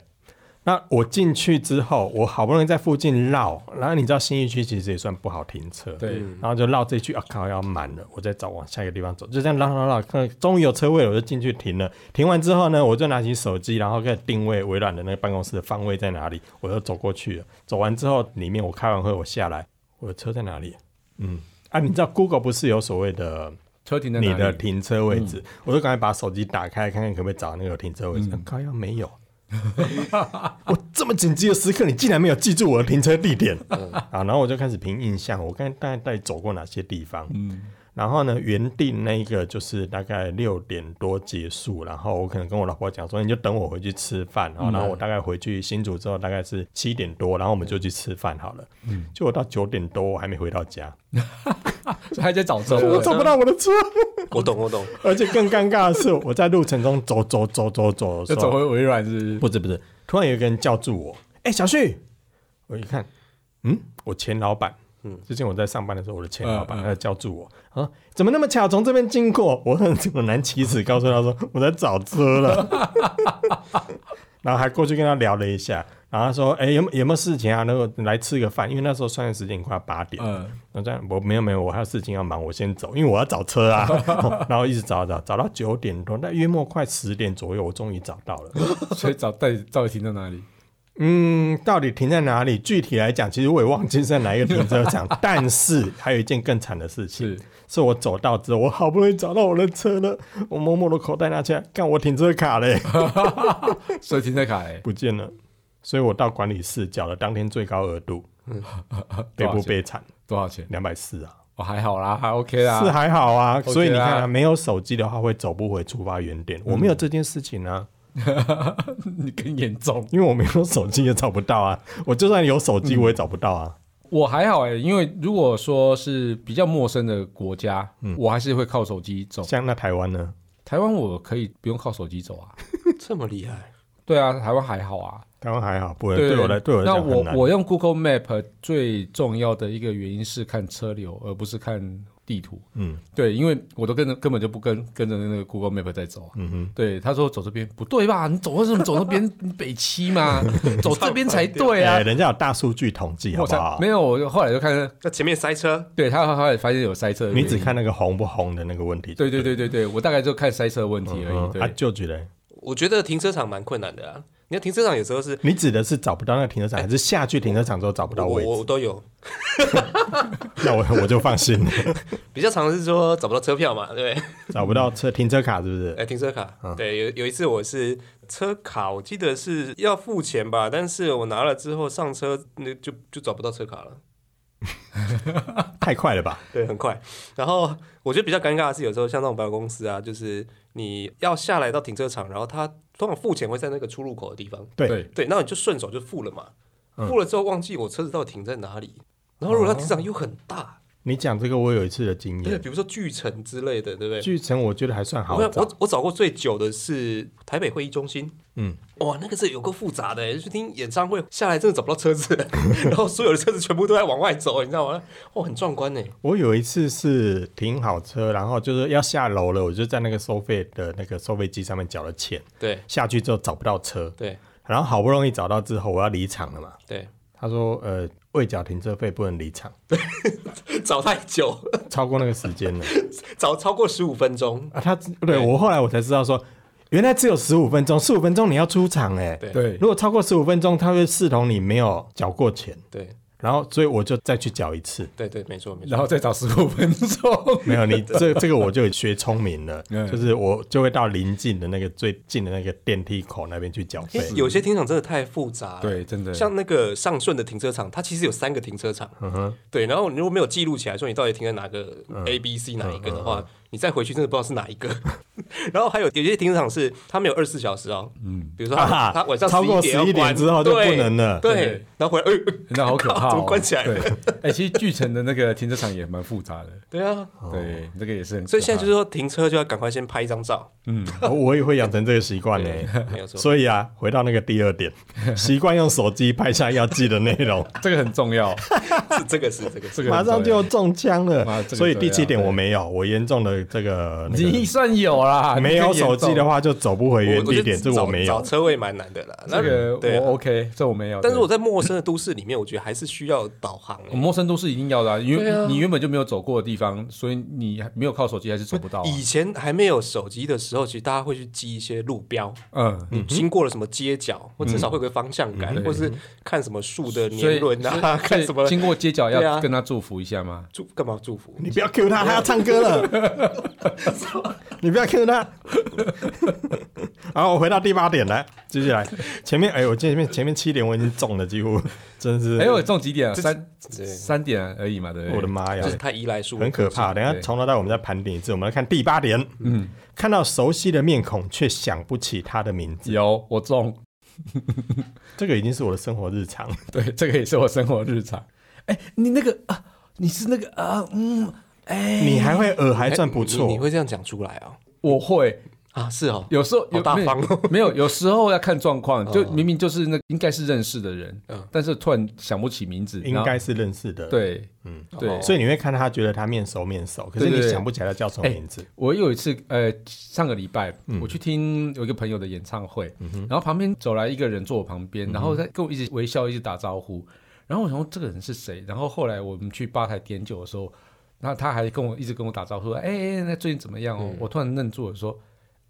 Speaker 1: 那我进去之后，我好不容易在附近绕，然后你知道新义区其实也算不好停车，
Speaker 2: 对，
Speaker 3: 嗯
Speaker 1: 然后就绕这一区，啊靠，要满了，我再找往下一个地方走，就这样绕绕绕，看终于有车位了，我就进去停了。停完之后呢，我就拿起手机，然后开始定位微软的那个办公室的方位在哪里，我就走过去了。走完之后，里面我开完会，我下来，我的车在哪里？嗯，啊，你知道 Google 不是有所谓的
Speaker 2: 车停在
Speaker 1: 你
Speaker 2: 哪
Speaker 1: 的
Speaker 2: 里？ 嗯
Speaker 1: 停车位置，我就赶快把手机打开，看看可不可以找那个停车位置。靠、要没有， 我这么紧急的时刻，你竟然没有记住我的停车地点
Speaker 2: 嗯
Speaker 1: 啊！然后我就开始凭印象，我刚才大概带走过哪些地方。
Speaker 2: 嗯
Speaker 1: 然后呢，原定那个就是大概六点多结束，然后我可能跟我老婆讲说，你就等我回去吃饭
Speaker 2: 嗯
Speaker 1: 啊。然后我大概回去新竹之后，大概是七点多，然后我们就去吃饭好了。嗯，就我到九点多，我还没回到家，
Speaker 2: 所以还在找车
Speaker 1: 我
Speaker 2: 位。
Speaker 1: 找不到我的车。
Speaker 3: 我懂我懂，
Speaker 1: 而且更尴尬的是，我在路程中走走走走走的时
Speaker 2: 要
Speaker 1: 候，
Speaker 2: 走回微软是不是？
Speaker 1: 不是不是，突然有一个人叫住我，哎、小旭，我一看，嗯，我前老板，嗯，之前我在上班的时候，我的前老板、
Speaker 2: 嗯嗯
Speaker 1: 他叫住我，他说怎么那么巧从这边经过，我很我难启齿告诉他说我在找车 了，然后还过去跟他聊了一下，然后他说，哎、有没有没有事情啊？那个来吃个饭，因为那时候算的时间已经快要八点了，
Speaker 2: 嗯，
Speaker 1: 我这样，我没有没有，我还有事情要忙，我先走，因为我要找车啊。 然后一直找找找到九点多，那约莫快十点左右，我终于找到了。
Speaker 2: 所以找到底到底停在哪里？
Speaker 1: 嗯，到底停在哪里？具体来讲，其实我也忘记是在哪一个停车 场。但是还有一件更惨的事情，
Speaker 2: 是
Speaker 1: 是我走到之后，我好不容易找到我的车了，我摸摸的口袋拿起来，看我停车卡嘞，
Speaker 2: 所以停车卡哎、
Speaker 1: 不见了。所以我到管理室缴了当天最高额 度，悲不悲惨？
Speaker 2: 多少钱？
Speaker 1: 两百四啊。
Speaker 2: 哦，还好啦，还 OK 啦。
Speaker 1: 是还好啊。
Speaker 2: OK
Speaker 1: 所以你看、啊，
Speaker 2: 啦
Speaker 1: 没有手机的话会走不回出发原点。我没有这件事情啊，
Speaker 2: 你更严重。
Speaker 1: 因为我没有手机也找不到啊。我就算有手机，我也找不到啊。
Speaker 2: 我还好哎、因为如果说是比较陌生的国家，
Speaker 1: 嗯
Speaker 2: 我还是会靠手机走。
Speaker 1: 像那台湾呢？
Speaker 2: 台湾我可以不用靠手机走啊。
Speaker 3: 这么厉害，
Speaker 2: 对啊，台湾还好啊。
Speaker 1: 台湾还好，不会对我来对我来
Speaker 2: 那
Speaker 1: 讲很
Speaker 2: 我
Speaker 1: 难。
Speaker 2: 我用 Google Map 最重要的一个原因是看车流，而不是看地图。
Speaker 1: 嗯
Speaker 2: 对，因为我都跟着根本就不跟跟着那个 Google Map 在走啊。
Speaker 1: 嗯哼，
Speaker 2: 对，他说走这边不对吧？你走为什么走那边你北七 嘛？走这边才对
Speaker 1: 哎
Speaker 2: 啊！
Speaker 1: 人家有大数据统计，好
Speaker 2: 我
Speaker 1: 不
Speaker 2: 才
Speaker 1: 好
Speaker 2: 没？有，我后来就看，
Speaker 3: 那前面塞车，
Speaker 2: 对他后来发现有塞车的原
Speaker 1: 你
Speaker 2: 因。
Speaker 1: 只看那个红不红的那个问题。
Speaker 2: 呃对对对对对，我大概就看塞车的问题而
Speaker 1: 嗯
Speaker 2: 已。
Speaker 1: 啊，
Speaker 2: 对，
Speaker 1: 就觉得
Speaker 3: 我觉得停车场蛮困难的啊。你看停车场有时候是
Speaker 1: 你指的是找不到那个停车场，
Speaker 2: 哎
Speaker 1: 还是下去停车场之后找不到
Speaker 3: 我
Speaker 1: 位置？
Speaker 3: 我我都有，
Speaker 1: 那我我就放心了，
Speaker 3: 比较常是说找不到车票嘛，对 不对？
Speaker 1: 找不到车停车卡是不是？
Speaker 3: 哎，停车卡，
Speaker 1: 嗯
Speaker 3: 对，有有一次我是车卡，我记得是要付钱吧，但是我拿了之后上车，那就就找不到车卡了。
Speaker 1: 太快了吧？
Speaker 3: 对，很快。然后我觉得比较尴尬的是，有时候像那种保险公司啊，就是你要下来到停车场，然后他通常付钱会在那个出入口的地方，
Speaker 1: 对
Speaker 2: 对
Speaker 3: 对，那你就顺手就付了嘛。付了之后忘记我车子到底停在哪里，然后如果它停车场又很大，
Speaker 1: 你讲这个，我有一次的经
Speaker 3: 哦对，
Speaker 1: 验，
Speaker 3: 比如说巨城之类的，对不对？
Speaker 1: 巨城我觉得还算好
Speaker 3: 我
Speaker 1: 找，
Speaker 3: 我我找过最久的是台北会议中心，
Speaker 1: 嗯，
Speaker 3: 哇，那个是有够复杂的，欸去听演唱会下来真的找不到车子， 然后所有的车子全部都在往外走，你知道吗？哇，很壮观呢。欸
Speaker 1: 我有一次是停好车，然后就是要下楼了，我就在那个收费的那个收费机上面缴了钱，
Speaker 3: 对
Speaker 1: 下去之后找不到车，
Speaker 3: 对
Speaker 1: 然后好不容易找到之后，我要离场了嘛，
Speaker 3: 对，
Speaker 1: 他说呃未缴停车费不能离场，
Speaker 3: 找太久，
Speaker 1: 超过那个时间了
Speaker 3: 找超过十五分 钟，
Speaker 1: 啊，他对我后来我才知道说。原来只有十五分钟，十五分钟你要出场哎、
Speaker 3: 对
Speaker 2: 对
Speaker 1: 如果超过十五分钟，他会视同你没有缴过钱，
Speaker 3: 对
Speaker 1: 然后所以我就再去缴一次。
Speaker 3: 对对，没错没错。
Speaker 2: 然后再找十五分钟。
Speaker 1: 没 有你这这个我就学聪明了，
Speaker 2: 嗯
Speaker 1: 就是我就会到临近的那个最近的那个电梯口那边去缴费
Speaker 3: 因为。有些停车场真的太复杂了，
Speaker 2: 对，真的。
Speaker 3: 像那个上顺的停车场，它其实有三个停车场，
Speaker 1: 嗯哼，嗯
Speaker 3: 对。然后你如果没有记录起来，说你到底停在哪个 A、B、C 哪一个的话，你再回去真的不知道是哪一个。 然后还有有些停车场是它没有二十四小时哦，嗯，比如说它
Speaker 1: 啊哈
Speaker 3: 它晚上
Speaker 1: 超过
Speaker 3: 11
Speaker 1: 11
Speaker 3: 要
Speaker 1: 点
Speaker 3: 关
Speaker 1: 之后就不能了
Speaker 3: 对，
Speaker 2: 对
Speaker 3: 对然后回来，哎哎
Speaker 2: 那好可怕、哦，
Speaker 3: 怎么关起来
Speaker 2: 对，哎、其实巨城的那个停车场也蛮复杂的，
Speaker 3: 对啊。
Speaker 1: 哦
Speaker 2: 对，这个也是很可怕。
Speaker 3: 所以现在就是说，停车就要赶快先拍一张照，
Speaker 1: 我我也会养成这个习惯呢。欸
Speaker 3: 对，没有错。
Speaker 1: 所以啊，回到那个第二 点，习惯用手机拍下要记的内容，
Speaker 2: 这个很 重要，
Speaker 3: 是 这个是这个是
Speaker 2: 这个
Speaker 1: 马
Speaker 2: 很重要
Speaker 1: 上就中枪
Speaker 2: 哇
Speaker 1: 了。
Speaker 2: 这个
Speaker 1: 所以第七点
Speaker 2: 对啊
Speaker 1: 我没有，我严重的这个那
Speaker 2: 你
Speaker 1: 个
Speaker 2: 算有啦，
Speaker 1: 没有手机的
Speaker 2: 话，
Speaker 1: 话就走不回原
Speaker 3: 我
Speaker 1: 地点，这
Speaker 3: 觉得
Speaker 1: 我
Speaker 3: 找
Speaker 1: 没
Speaker 3: 找
Speaker 1: 有。
Speaker 3: 车位蛮难的啦。那
Speaker 2: 这个
Speaker 3: 对啊
Speaker 2: 我 OK，这我没有。
Speaker 3: 但是
Speaker 2: 对
Speaker 3: 我在陌生的都市里面，我觉得还是需要导航欸、
Speaker 2: 我陌生都是一定要的、啊，因为、
Speaker 3: 对啊
Speaker 2: 你原本就没有走过的地方，所以你还没有靠手机还是走不到、啊。
Speaker 3: 以前还没有手机的时候，其实大家会去记一些路标，
Speaker 2: 嗯，
Speaker 3: 你经过了什么街角，或至少会有个方向感，或是看什么树的
Speaker 2: 所以
Speaker 3: 年轮
Speaker 2: 所
Speaker 3: 啊，
Speaker 2: 以
Speaker 3: 看什么
Speaker 2: 经过街角
Speaker 3: 对
Speaker 2: 要
Speaker 3: 啊
Speaker 2: 跟他祝福一下吗？
Speaker 3: 祝干嘛祝福。
Speaker 1: 你不要 Q 他，他要唱歌了。你不要 Q 他。好，我回到第八点来，继续来。前面哎、我前面前面七点我已经中了，几乎真是，
Speaker 2: 哎、我中几点啊？三
Speaker 3: 对
Speaker 2: 三点而已嘛，对不对？
Speaker 1: 我的妈呀
Speaker 3: 就，是太依赖树，
Speaker 1: 很可怕。等一下
Speaker 2: 对
Speaker 1: 从头到尾我们再盘点一次，我们来看第八点。嗯，看到熟悉的面孔却想不起他的名字，
Speaker 2: 有我中，
Speaker 1: 这个已经是我的生活日常。
Speaker 2: 对，这个也是我生活日常。哎、你那个啊，你是那个啊，嗯，哎、
Speaker 1: 你还会耳还
Speaker 3: 哎，
Speaker 1: 算不
Speaker 3: 你你
Speaker 1: 错，
Speaker 3: 会这样讲出来哦？
Speaker 2: 我会
Speaker 3: 啊，是哦，
Speaker 2: 有时候有
Speaker 3: 好大方哦。
Speaker 2: 没有，没有有时候要看状况，就明明就是那应该是认识的人，
Speaker 3: 嗯
Speaker 2: 但是突然想不起名字，
Speaker 1: 应
Speaker 2: 然后
Speaker 1: 该是认识的。，
Speaker 2: 对，
Speaker 1: 嗯，
Speaker 2: 对。
Speaker 3: 哦
Speaker 1: 所以你会看他觉得他面熟面熟，可是
Speaker 2: 对对
Speaker 1: 你
Speaker 2: 对
Speaker 1: 想不起来他叫什么
Speaker 2: 哎
Speaker 1: 名字。
Speaker 2: 我有一次，呃，上个礼拜、
Speaker 1: 嗯
Speaker 2: 我去听有一个朋友的演唱会，然后旁边走来一个人坐我旁
Speaker 1: 嗯
Speaker 2: 边，然后他跟我一直微笑，一直打招呼，然后我想说这个人是谁？然后后来我们去吧台点酒的时候，然后他还跟我一直跟我打招呼说：“哎、哎那最近怎么样哦？”
Speaker 1: 嗯
Speaker 2: 我突然愣住了，说：“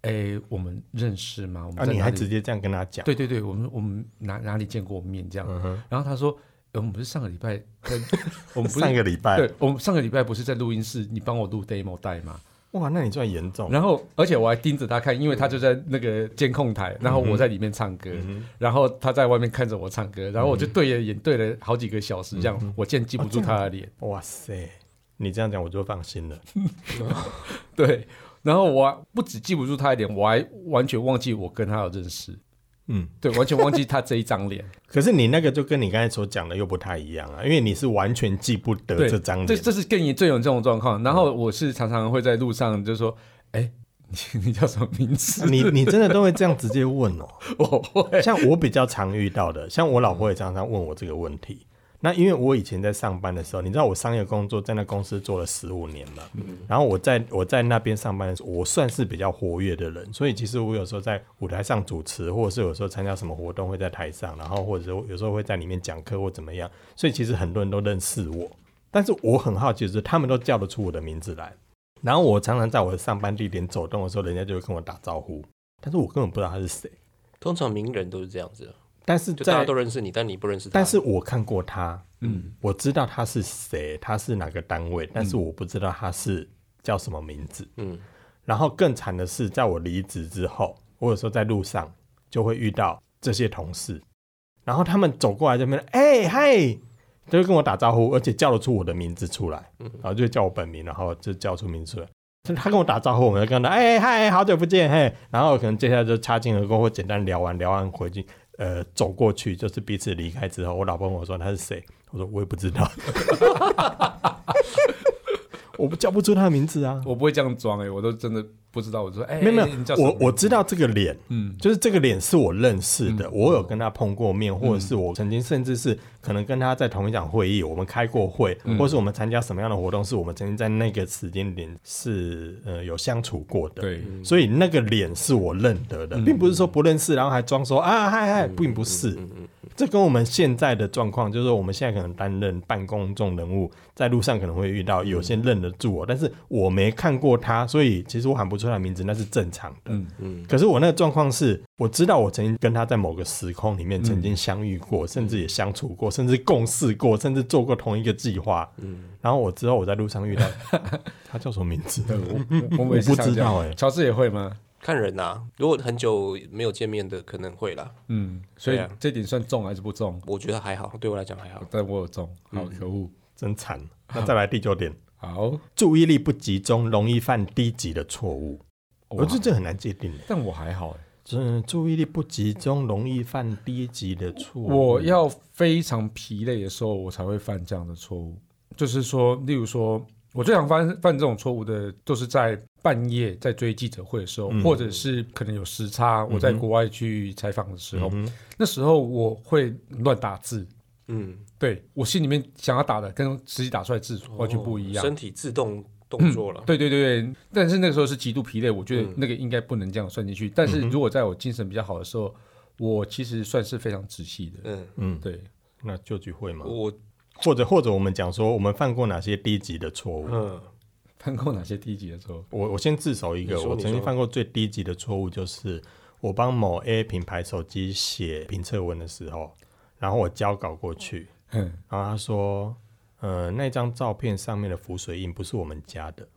Speaker 2: 哎、我们认识吗？我们
Speaker 1: 啊，
Speaker 2: 在
Speaker 1: 你
Speaker 2: 哪
Speaker 1: 还
Speaker 2: 里
Speaker 1: 直接这样跟他讲？嗯
Speaker 2: 对对对，我们我们哪哪里见过面这样？然后他说、呃我们不是上个礼拜，在我们不
Speaker 1: 上
Speaker 2: 是。
Speaker 1: 个礼拜，
Speaker 2: 对，我们上个礼拜不是在录音室，你帮我录 demo 带吗？
Speaker 1: 哇，那你算严重。
Speaker 2: 然后，而且我还盯着他看，因为他就在那个监控台，然后我在里面唱
Speaker 1: 嗯
Speaker 2: 歌，然后他在外面看着我唱歌，然后我就对着眼对了好几个小时，
Speaker 1: 嗯
Speaker 2: 这样我竟然记不住他的脸。
Speaker 1: 哇塞，你这样讲我就放心了。
Speaker 2: 对，然后我还不止记不住他的脸，我还完全忘记我跟他有认识，
Speaker 1: 嗯，
Speaker 2: 对，完全忘记他这一 张脸。
Speaker 1: 可是你那个就跟你刚才所讲的又不太一样啊，因为你是完全记不得
Speaker 2: 对，
Speaker 1: 这张
Speaker 2: 这
Speaker 1: 脸。嗯
Speaker 2: 这是更严最有这种状况。然后我是常常会在路上就说：“哎、你 叫什么名字？
Speaker 1: 你你真的都会这样直接问哦、
Speaker 2: 我会
Speaker 1: 像我比较常遇到的，像我老婆也常常问我这个问题。那因为我以前在上班的时候，你知道我商业工作在那公司做了十五年嘛，
Speaker 2: 嗯
Speaker 1: 然后我在我在那边上班的时候，我算是比较活跃的人，所以其实我有时候在舞台上主持，或者是有时候参加什么活动会在台上，然后或者是有时候会在里面讲课或怎么样，所以其实很多人都认识我，但是我很好奇，就是他们都叫得出我的名字来，然后我常常在我的上班地点走动的时候，人家就会跟我打招呼，但是我根本不知道他是谁。
Speaker 3: 通常名人都是这样子，
Speaker 1: 但是
Speaker 3: 就大家
Speaker 1: 在
Speaker 3: 都，认识你，但你不认识他。
Speaker 1: 但是我看过他，嗯，我知道他是谁，他是哪个单位，但是我不知道他是叫什么名字。
Speaker 3: 嗯，
Speaker 1: 然后更惨的是，在我离职之后，我有时候在路上就会遇到这些同事，然后他们走过来这边，哎、嗨，就会跟我打招呼，而且叫得出我的名字出来，然后就叫我本名，然后就叫出名字出来。就是他跟我打招呼，我们就跟他哎、嗨，好久不见嘿，然后可能接下来就擦肩而过或简单聊完聊完回去，呃，走过去就是彼此离开之后，我老婆问我说他是谁，我说我也不知道， 我不叫不出他的名字啊，
Speaker 2: 我不会这样装哎、我都真的不知道。我说哎，
Speaker 1: 没有没
Speaker 2: 你叫
Speaker 1: 有，
Speaker 2: 什么
Speaker 1: 我
Speaker 2: 名字
Speaker 1: 我知道这个脸，嗯，就是这个脸是我认识
Speaker 2: 嗯
Speaker 1: 的，我有跟他碰过面，或者是我曾经甚至是可能跟他在同一场会议，我们开过会，
Speaker 2: 嗯
Speaker 1: 或是我们参加什么样的活动，是我们曾经在那个时间点是呃有相处过的，
Speaker 2: 对，
Speaker 1: 所以那个脸是我认得
Speaker 2: 嗯
Speaker 1: 的，并不是说不认识，然后还装说啊嗨嗨，并不是。
Speaker 2: 嗯
Speaker 1: 这跟我们现在的状况，就是我们现在可能担任半公众人物，在路上可能会遇
Speaker 2: 嗯
Speaker 1: 到有些认得住我，但是我没看过他，所以其实我喊不出他的名字，那是正常的。
Speaker 2: 嗯
Speaker 1: 可是我那个状况是，我知道我曾经跟他在某个时空里面曾
Speaker 2: 嗯
Speaker 1: 经相遇过，甚至也相处过，甚至共事过，甚至做过同一个计划。
Speaker 2: 嗯
Speaker 1: 然后我之后我在路上遇到 他叫什么名字？
Speaker 2: 对我我我
Speaker 1: 我
Speaker 2: 也是
Speaker 1: 不
Speaker 2: 想
Speaker 1: 知
Speaker 2: 这样
Speaker 1: 道哎
Speaker 2: 乔治也会吗？
Speaker 3: 看人呐、如果很久没有见面的，可能会啦。
Speaker 2: 嗯，所以
Speaker 3: 对啊
Speaker 2: 这点算中还是不中？
Speaker 3: 我觉得还好，对我来讲还好。
Speaker 2: 但我有中，好可恶，
Speaker 1: 真惨。那再来第九点，
Speaker 2: 好。
Speaker 1: 注意力不集中，容易犯低级的错误。我觉得这很难界定耶。
Speaker 2: 但我还好哎、
Speaker 1: 嗯，注意力不集中，容易犯低级的错误。
Speaker 2: 我要非常疲累的时候，我才会犯这样的错误。就是说，例如说，我最常犯犯这种错误的，都是在半夜在追记者会的时候，或者是可能有时差，我在国外去采访的时
Speaker 1: 嗯
Speaker 2: 候，那时候我会乱打字。
Speaker 3: 嗯，
Speaker 2: 对我心里面想要打的，跟实际打出来的字完全不一样。
Speaker 3: 身体自动动作了。
Speaker 2: 对对对对，但是那个时候是极度疲累，我觉得
Speaker 1: 嗯
Speaker 2: 那个应该不能这样算进去。但是如果在我精神比较好的时候，我其实算是非常仔细的。
Speaker 3: 嗯，
Speaker 2: 对，
Speaker 1: 那就聚会嘛，
Speaker 3: 我
Speaker 1: 或者或者我们讲说我们犯过哪些低级的错误。
Speaker 3: 嗯，
Speaker 2: 翻过哪些低级的时候？
Speaker 1: 我我先自首一个，
Speaker 3: 你说
Speaker 1: 我
Speaker 3: 你
Speaker 1: 曾经
Speaker 3: 说
Speaker 1: 犯过最低级的错误就是我帮某 A 品牌手机写评测文的时候，然后我交稿过去，
Speaker 2: 嗯，
Speaker 1: 然后他说，呃，那张照片上面的浮水印不是我们家的。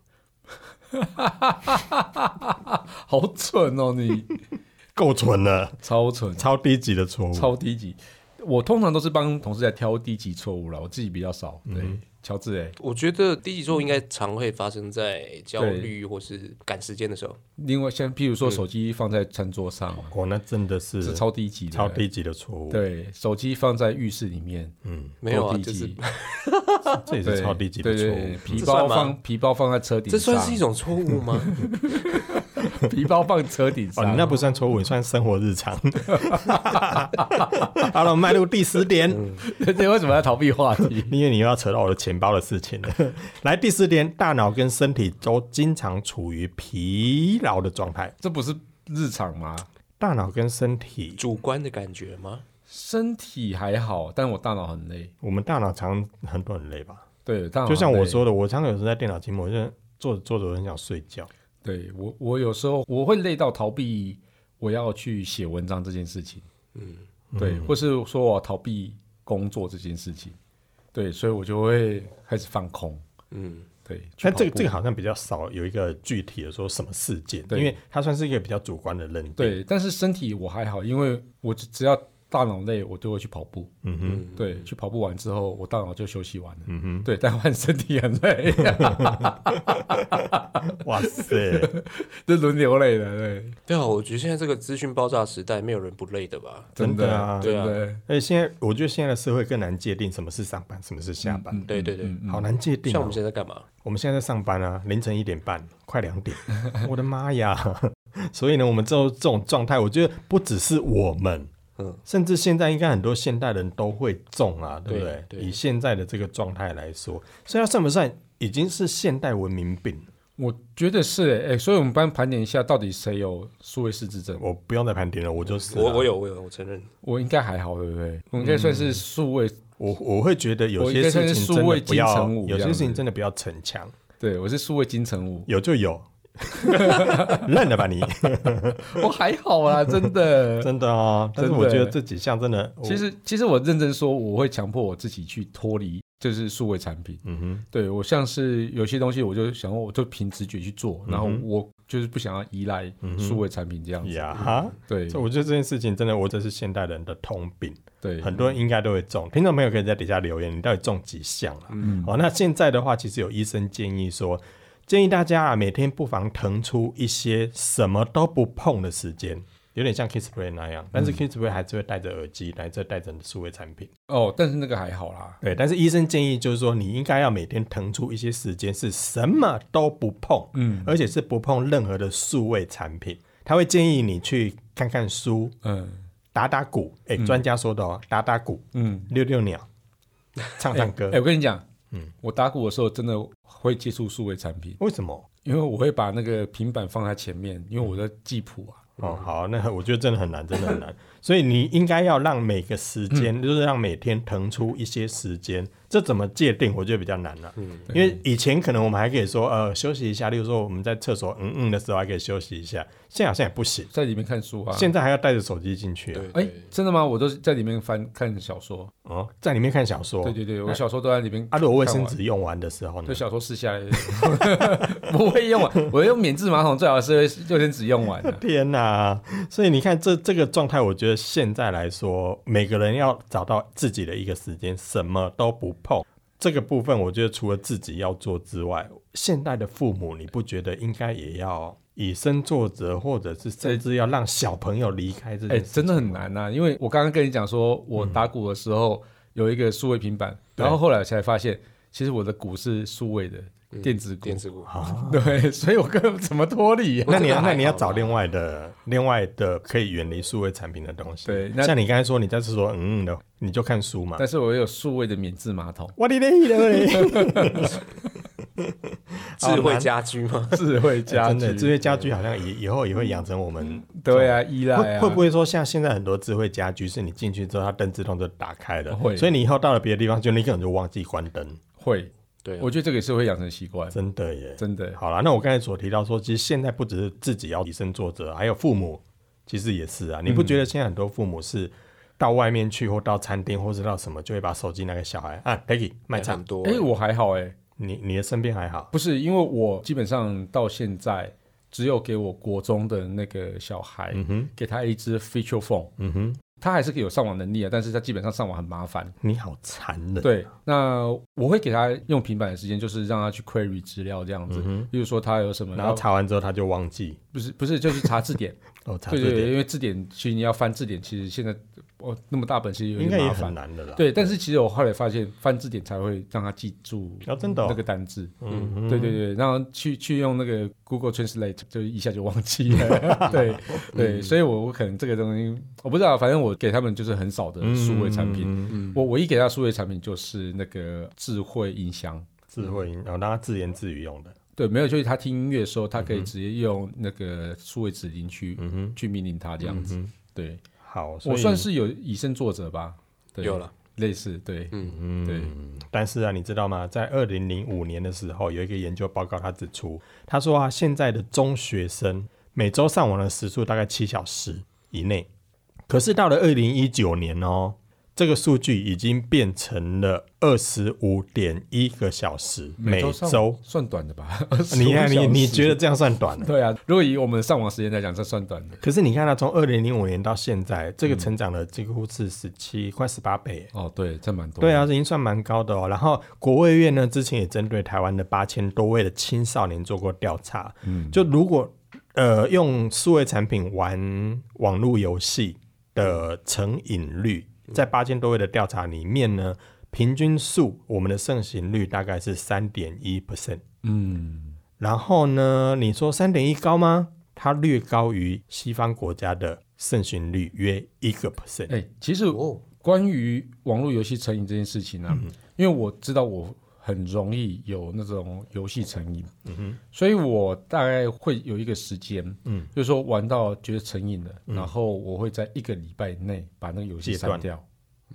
Speaker 2: 好蠢哦，你
Speaker 1: 够蠢了，
Speaker 2: 超蠢，
Speaker 1: 超低级的错误。
Speaker 2: 超低级。我通常都是帮同事在挑低级错误了，我自己比较少。
Speaker 1: 嗯
Speaker 2: 对，乔治、哎，
Speaker 3: 我觉得低级错误应该常会发生在焦虑或是赶时间的时候。
Speaker 2: 另外像譬如说手机放在餐桌上，啊
Speaker 1: 哦，那真的是
Speaker 2: 是超低级的，
Speaker 1: 超。低级的错误。，
Speaker 2: 对，手机放在浴室里面，
Speaker 1: 嗯，
Speaker 3: 没有啊，
Speaker 2: 低
Speaker 3: 就
Speaker 2: 级
Speaker 3: 是
Speaker 1: 啊这也
Speaker 2: 对
Speaker 1: 是超低级的
Speaker 2: 对
Speaker 1: 错
Speaker 2: 对
Speaker 1: 误嗯
Speaker 2: 对。皮
Speaker 3: 这
Speaker 2: 包
Speaker 3: 算吗
Speaker 2: 放皮包放在车顶上，啊
Speaker 3: 这算是一种错误吗？
Speaker 2: 皮包放车顶
Speaker 1: 哦，
Speaker 2: 上，
Speaker 1: 你那不算错误，你算生活日常。 好了，我们迈入第十点，
Speaker 2: 嗯你为什么要逃避话题？
Speaker 1: 因为你又要扯到我的钱包的事情了。来，第四点，大脑跟身体都经常处于疲劳的状态。
Speaker 2: 这不是日常吗？
Speaker 1: 大脑跟身体，
Speaker 3: 主观的感觉吗？
Speaker 2: 身体还好，但我大脑很累。
Speaker 1: 我们大脑常很多很累吧？
Speaker 2: 对，大脑
Speaker 1: 就像
Speaker 2: 很
Speaker 1: 我
Speaker 2: 哦累，
Speaker 1: 说的，我常常有时候在电脑前面，我就坐着坐着我很想睡觉。
Speaker 2: 对我我有时候我会累到逃避我要去写文章这件事情，嗯，对，或是说我要逃避工作这件事情，对，所以我就会开始放空，
Speaker 3: 嗯，
Speaker 2: 对。去
Speaker 1: 但这个
Speaker 2: 跑步
Speaker 1: 这个好像比较少有一个具体的说什么事件，因
Speaker 2: 对
Speaker 1: 为它算是一个比较主观的认定。
Speaker 2: 对，但是身体我还好，因为我只只要大脑内我就会去跑步，
Speaker 1: 嗯哼，
Speaker 2: 对，去跑步完之后，我大脑就休息完了，
Speaker 1: 嗯哼，
Speaker 2: 对，但换身体很累，
Speaker 1: 哇塞，
Speaker 2: 这轮流累的，对，
Speaker 3: 对啊，我觉得现在这个资讯爆炸时代，没有人不累的吧？
Speaker 1: 真
Speaker 2: 真
Speaker 1: 的
Speaker 2: 的，
Speaker 1: 啊。
Speaker 3: 对啊
Speaker 2: 对，
Speaker 1: 而且现在，我觉得现在的社会更难界定什么是上班，什么是下班，
Speaker 3: 对对对，
Speaker 1: 好难界定、
Speaker 3: 嗯像我
Speaker 1: 哦
Speaker 3: 们。现在在干嘛？
Speaker 1: 我们现在在上班啊，凌晨一点半，快两点，我的妈呀！ 所以呢，我们这种这种状态，我觉得不只是我们，
Speaker 3: 嗯，
Speaker 1: 甚至现在应该很多现代人都会中啊，对不对？
Speaker 3: 对对
Speaker 1: 以现在的这个状态来说，所以它算不算已经是现代文明病？
Speaker 2: 我觉得是诶、诶所以我们班盘点一下，到底谁有数位失智症？
Speaker 1: 我不用再盘点了，我就是啊、
Speaker 3: 我我有我有，我承认。
Speaker 2: 我应该还好，对不对？我应该算是数位，
Speaker 1: 我我会觉得有
Speaker 2: 我
Speaker 1: 些
Speaker 2: 应该
Speaker 1: 事
Speaker 2: 算是
Speaker 1: 情
Speaker 2: 数
Speaker 1: 真的
Speaker 2: 位
Speaker 1: 不
Speaker 2: 金
Speaker 1: 要，
Speaker 2: 城武
Speaker 1: 有些
Speaker 2: 这样
Speaker 1: 事情
Speaker 2: 子
Speaker 1: 真的不要逞强，，
Speaker 2: 对我是数位金城武
Speaker 1: 有就有，认了吧你，
Speaker 2: 我还好啊， 真 的。
Speaker 1: 真的哦。但是
Speaker 2: 真
Speaker 1: 我
Speaker 2: 的
Speaker 1: 觉得这几项真的，哦我
Speaker 2: 其，实其实我认真说，我会强迫我自己去脱离，就是数位产品。
Speaker 1: 嗯哼，
Speaker 2: 对我像是有些东西，我就想我就凭直觉去做，然
Speaker 1: 嗯
Speaker 2: 后我就是不想要依赖数位产品这样子。
Speaker 1: 呀哈。
Speaker 2: 对
Speaker 1: 所以我嗯觉得这件事情真的，我这是现代人的通病，
Speaker 2: 对，
Speaker 1: 很多人应该都会中。听众朋友可以在底下留言，你到底中几项了、哦，那现在的话，其实有医生建议说，建议大家啊，每天不妨腾出一些什么都不碰的时间，有点像 Kiss Play 那样，但是 Kiss Play 还是会戴着耳机，来这戴着数位产品。
Speaker 2: 哦，但是那个还好啦。
Speaker 1: 对，但是医生建议就是说，你应该要每天腾出一些时间，是什么都不碰，嗯，而且是不碰任何的数位产品。他会建议你去看看书，
Speaker 2: 嗯
Speaker 1: 打打鼓，哎、专家说的哦，打打鼓，
Speaker 2: 嗯，
Speaker 1: 遛遛鸟，唱唱歌。
Speaker 2: 哎、我跟你讲，嗯，我打鼓的时候真的会接触数位产品，
Speaker 1: 为什么？
Speaker 2: 因为我会把那个平板放在前面，因为我
Speaker 1: 嗯
Speaker 2: 在记谱啊。
Speaker 1: 哦，好，那我觉得真的很难，真的很难。所以你应该要让每个时间，就是让每天腾出一些时间，这怎么界定？我觉得比较难了、因为以前可能我们还可以说，呃，休息一下，例如说我们在厕所嗯嗯的时候还可以休息一下，现在好像也不行，
Speaker 2: 在里面看书啊。
Speaker 1: 现在还要带着手机进去、啊，
Speaker 3: 对，
Speaker 2: 哎、
Speaker 3: 对
Speaker 2: 真的吗？我都是在里面翻看小说。
Speaker 1: 哦，在里面看小说
Speaker 2: 对。对对，我小说都在里面。
Speaker 1: 啊，如果卫生，纸用完的时候呢
Speaker 2: 对？小说撕下来， 不会用完。我用免治马桶，最好是六天纸用完啊的、
Speaker 1: 天哪、所以你看这这个状态，我觉得现在来说，每个人要找到自己的一个时间，什么都不碰。这个部分，我觉得除了自己要做之外，现代的父母，你不觉得应该也要以身作则，或者是甚至要让小朋友离开这
Speaker 2: 哎、
Speaker 1: 件事？嗯
Speaker 2: 真的很难呐、因为我刚刚跟你讲说，我打鼓的时候有一个数位平板，
Speaker 1: 对
Speaker 2: 然后后来才发现，其实我的鼓是数位的
Speaker 1: 嗯
Speaker 2: 电子鼓
Speaker 3: 电。子鼓，
Speaker 2: 对， 所以我根本怎么脱离、啊
Speaker 1: 啊
Speaker 2: 呀？
Speaker 1: 那你要
Speaker 3: 这个还好
Speaker 1: 那你要找另外的另外的可以远离数位产品的东西。
Speaker 2: 对那
Speaker 1: 像你刚才说你在厕所嗯嗯的，你就看书嘛。
Speaker 2: 但是我有数位的免治马桶，
Speaker 1: 我的嘞的嘞，
Speaker 3: 智慧家居吗？
Speaker 2: 智慧家
Speaker 1: 哎真
Speaker 2: 居，
Speaker 1: 的这些家居好像以以后也会养成我们
Speaker 2: 对啊，依赖
Speaker 1: 会
Speaker 2: 啊，
Speaker 1: 会不会说像现在很多智慧家居是你进去之后它灯自动就打开了，
Speaker 2: 会
Speaker 1: 所以你以后到了别的地方就你可能就忘记关灯，
Speaker 2: 会？
Speaker 3: 对啊，
Speaker 2: 我觉得这个也是会养成习惯，
Speaker 1: 真的耶。
Speaker 2: 真的。
Speaker 1: 好啦，那我刚才所提到说，其实现在不只是自己要以身作则，还有父母其实也是啊。
Speaker 2: 嗯
Speaker 1: 你不觉得现在很多父母是到外面去或到餐厅或是到什么就会把手机拿给小孩啊，Peggy 卖
Speaker 3: 差不
Speaker 1: 唱，
Speaker 3: 多
Speaker 2: 哎、。我还好哎、
Speaker 1: 你你的身边还好？
Speaker 2: 不是因为我基本上到现在只有给我国中的那个小孩，
Speaker 1: 嗯哼，
Speaker 2: 给他一只 feature phone，
Speaker 1: 嗯哼，
Speaker 2: 他还是有上网能力啊，但是他基本上上网很麻烦。
Speaker 1: 你好残忍。，
Speaker 2: 对，那我会给他用平板的时间，就是让他去 query 资料这样子，比如说他有什么，哦
Speaker 1: 然后查完之后他就忘记，
Speaker 2: 不是不是就是查字典，
Speaker 1: 哦，查
Speaker 2: 对
Speaker 1: 这
Speaker 2: 对对，
Speaker 1: 点
Speaker 2: 因为字典其实你要翻字典，其实现在哦那么大本其实有
Speaker 1: 应该
Speaker 2: 点
Speaker 1: 也
Speaker 2: 麻
Speaker 1: 很
Speaker 2: 烦。
Speaker 1: 难的啦。
Speaker 2: 对，但是其实我后来发现翻字典才会让他记住
Speaker 1: 啊，真的哦
Speaker 2: 那个单字，
Speaker 1: 嗯哼，
Speaker 2: 对对对，然后去去用那个 Google Translate，就一下就忘记 了。对
Speaker 1: 嗯
Speaker 2: 对，所以我我可能这个东西我不知道，反正我给他们就是很少的数位产品。
Speaker 1: 嗯
Speaker 2: 我唯一给他数位产品就是那个智慧音箱。
Speaker 1: 智慧音，然后让他自言自语用的。
Speaker 2: 对，没有，就是他听音乐的时候，他可以直接用那个数位指令去、
Speaker 1: 嗯
Speaker 2: 去命令他这样子。对
Speaker 1: 好，嗯所以
Speaker 2: 我算是有以身作则吧。对，
Speaker 3: 欸有了，
Speaker 2: 类似对，嗯对，
Speaker 1: 但是啊，你知道吗？在二零零五年的时候，有一个研究报告，他指出，他说啊，现在的中学生每周上网的时数大概七小时以内，可是到了二零一九年哦，这个数据已经变成了二十五点一个小时每
Speaker 2: 上
Speaker 1: 周。啊
Speaker 2: 算短的吧？
Speaker 1: 你看，你你觉
Speaker 2: 得？
Speaker 1: 得这样算短 了？
Speaker 2: 对啊，如果以我们上网时间来讲，这算短的。
Speaker 1: 可是你看它啊从二零零五年到现在，这个成长了几乎是十七快十八倍耶。
Speaker 2: 哦，对，这蛮多。
Speaker 1: 对，啊，已经算蛮高的哦。然后国卫院呢，之前也针对台湾的八千多位的青少年做过调查，
Speaker 2: 嗯，
Speaker 1: 就如果呃用数位产品玩网络游戏的成瘾率，在八千多位的调查里面呢，平均数我们的盛行率大概是三点一 percent。
Speaker 2: 嗯，
Speaker 1: 然后呢，你说三点一高吗？它略高于西方国家的盛行率约一个 percent。
Speaker 2: 哎、其实
Speaker 3: 哦
Speaker 2: 关于网络游戏成瘾这件事情呢、啊，因为我知道我很容易有那种游戏成瘾，嗯哼，所以我大概会有一个时间，
Speaker 1: 嗯，
Speaker 2: 就是说玩到觉得成瘾了，然后我会在一个礼拜内把那个游戏
Speaker 1: 戒
Speaker 2: 删
Speaker 1: 断
Speaker 2: 掉。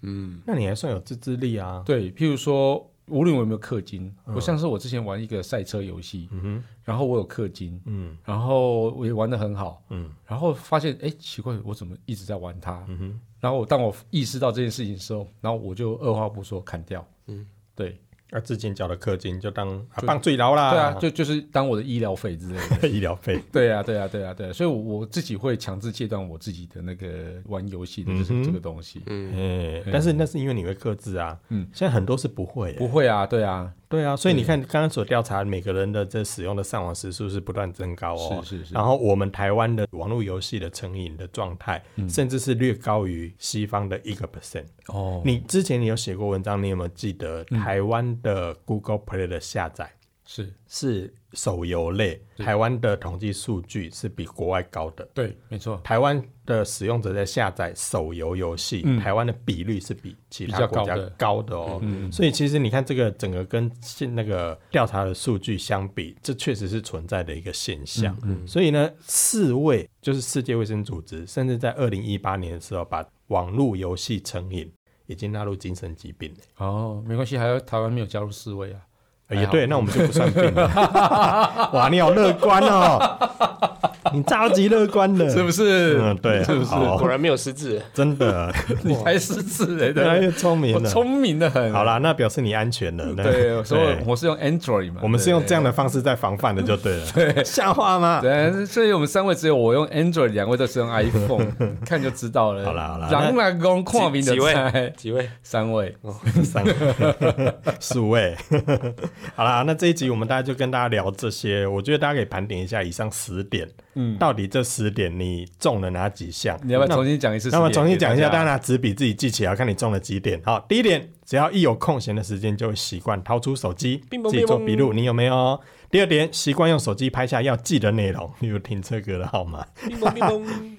Speaker 3: 嗯，
Speaker 1: 那你还算有自制力啊？
Speaker 2: 对，譬如说，无论我有没有氪金，我像是我之前玩一个赛车游戏，
Speaker 1: 嗯哼，
Speaker 2: 然后我有氪金，
Speaker 1: 嗯
Speaker 2: 然后我也玩得很好，
Speaker 1: 嗯
Speaker 2: 然后发现哎奇怪，我怎么一直在玩它？
Speaker 1: 嗯哼，
Speaker 2: 然后我当我意识到这件事情的时候，然后我就二话不说砍掉。
Speaker 3: 嗯，
Speaker 2: 对，
Speaker 1: 那、之前啊缴的氪金就当啊
Speaker 2: 就
Speaker 1: 棒最牢啦，
Speaker 2: 对啊，就就是当我的医疗费之类的。
Speaker 1: 医疗费。
Speaker 2: 对啊，对啊，对啊，对啊，所以我，我自己会强制戒断我自己的那个玩游戏的就是
Speaker 1: 嗯哼
Speaker 2: 这个东西。
Speaker 1: 哎、但是那是因为你会克制啊，
Speaker 2: 嗯
Speaker 1: 现在很多是不会耶、
Speaker 2: 不会啊，对啊，
Speaker 1: 对啊，所以你看刚刚所调查每个人的这使用的上网时数是不断增高哦，
Speaker 2: 是是是
Speaker 1: 然后我们台湾的网络游戏的成瘾的状态，甚至是略高于西方的一个 percent。
Speaker 2: 哦，
Speaker 1: 你之前你有写过文章，你有没有记得台湾的 Google Play 的下载
Speaker 2: 是
Speaker 1: 是手游类？台湾的统计数据是比国外高的。
Speaker 2: 对，没错，
Speaker 1: 台湾的使用者在下载手游游戏，台湾的比率是比其他国家
Speaker 2: 嗯比较高的嗯
Speaker 1: 高的哦。所以其实你看，这个整个跟现那个调查的数据相比，这确实是存在的一个现象。
Speaker 2: 嗯
Speaker 1: 所以呢，世卫就是世界卫生组织，甚至在二零一八年的时候，把网络游戏成瘾已经纳入精神疾病了。
Speaker 2: 哦，没关系，还有台湾没有加入世卫啊，
Speaker 1: 呃
Speaker 2: 还
Speaker 1: 也
Speaker 2: 好
Speaker 1: 对，那我们就不算病了。 哇，你好乐观哦，你超级乐观的，
Speaker 2: 是不是？
Speaker 1: 嗯，对，
Speaker 2: 是不是？
Speaker 1: 好
Speaker 3: 果然没有失智，
Speaker 1: 真的。
Speaker 2: 你才是自 然
Speaker 1: 越来
Speaker 2: 的，
Speaker 1: 越哎聪明
Speaker 2: 我
Speaker 1: 了。
Speaker 2: 聪明的很。
Speaker 1: 好啦，那表示你安全了。那
Speaker 2: 对，所以
Speaker 1: 对
Speaker 2: 我是用 Android 嘛，
Speaker 1: 我们是用
Speaker 2: 对
Speaker 1: 这样的方式在防范的，就对了。像话吗？
Speaker 2: 对，所以我们三位只有我用 Android，两位都是用 iPhone，看就知道了。
Speaker 1: 好啦好啦
Speaker 2: 狼来公跨名的
Speaker 3: 几位
Speaker 2: 菜，
Speaker 3: 几位
Speaker 2: 三位，
Speaker 1: 哦三 数位。 好啦，那这一集我们大家就跟大家聊这些。我觉得大家可以盘点一下以上十点，
Speaker 2: 嗯，
Speaker 1: 到底这十点你中了哪几项？
Speaker 2: 你要不要
Speaker 1: 那
Speaker 2: 重新讲一次？
Speaker 1: 那么重新讲一下，大家
Speaker 2: 然，
Speaker 1: 拿纸笔自己记起来，看你中了几点。好，第一点，只要一有空闲的时间，就会习惯掏出手机
Speaker 3: 乒乓
Speaker 1: 自己做
Speaker 3: 乒乓
Speaker 1: 笔录，你有没有？第二点，习惯用手机拍下要记的内容，例如停车格的号码。
Speaker 3: 叮咚叮咚，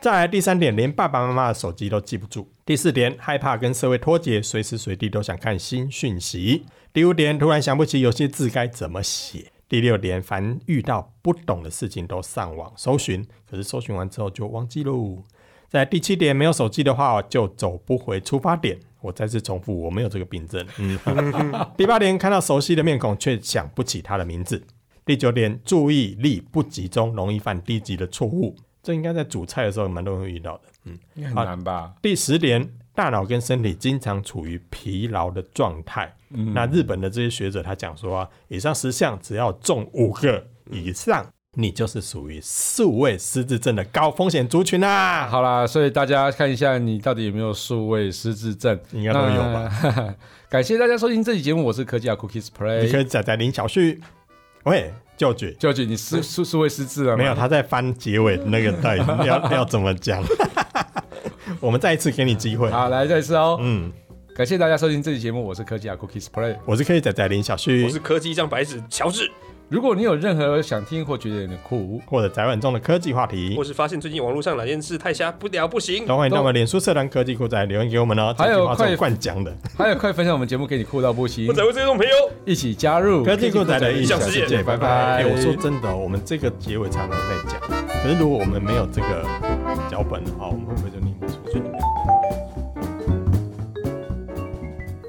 Speaker 1: 再来第三点，连爸爸妈妈的手机都记不住。第四点，害怕跟社会脱节，随时随地都想看新讯息。第五点，突然想不起有些字该怎么写。第六点，凡遇到不懂的事情都上网搜寻，可是搜寻完之后就忘记喽。在第七点，没有手机的话就走不回出发点。我再次重复，我没有这个病症。嗯，第八点，看到熟悉的面孔却想不起他的名字。第九点，注意力不集中，容易犯低级的错误。这应该在煮菜的时候蛮多人会遇到的。
Speaker 2: 应该很难吧？
Speaker 1: 第十点，大脑跟身体经常处于疲劳的状态。那日本的这些学者他讲说啊，以上十项只要中五个以上，你就是属于数位失智症的高风险族群啊啦、
Speaker 2: 好啦，所以大家看一下你到底有没有数位失智症，
Speaker 1: 应该都有吧
Speaker 2: 吧？ 感谢大家收听这期节目，我是科技啊 Cookies
Speaker 1: 你可
Speaker 2: Play。
Speaker 1: 以仔仔林小旭，喂，舅舅。
Speaker 2: 舅舅，你是数数位失智了吗
Speaker 1: 没有，？他在翻结尾那个带要要怎么讲？我们再一次给你机会。
Speaker 2: 好，来再一次哦。
Speaker 1: 嗯，
Speaker 2: 感谢大家收听这期节目，我是科技啊 Cookies Play。
Speaker 1: 我是可以仔仔林小旭
Speaker 3: 我，是科技一张白纸，乔治，
Speaker 2: 如果你有任何想听或觉得有点酷，
Speaker 1: 或者宅晚中的科技话题
Speaker 3: 或，是发现最近网络上哪件事太瞎，不聊不行，
Speaker 1: 都欢迎到我们脸书社团科技酷宅留言给我们哦。
Speaker 2: 还有
Speaker 1: 这句话是
Speaker 2: 快
Speaker 1: 我灌讲的
Speaker 2: 还有快分享我们节目给你酷到不行
Speaker 3: 我，才会这种朋友。
Speaker 2: 一起加入
Speaker 1: 科技酷宅的异
Speaker 3: 异
Speaker 1: 想
Speaker 3: 想
Speaker 1: 世
Speaker 3: 世
Speaker 1: 界，
Speaker 3: 界
Speaker 1: 拜
Speaker 2: 拜
Speaker 1: 拜。
Speaker 2: 拜
Speaker 1: 哎我说真的哦，我们这个结尾常常在讲，可是如果我们没有这个脚本的话，我们会不会就念不出去？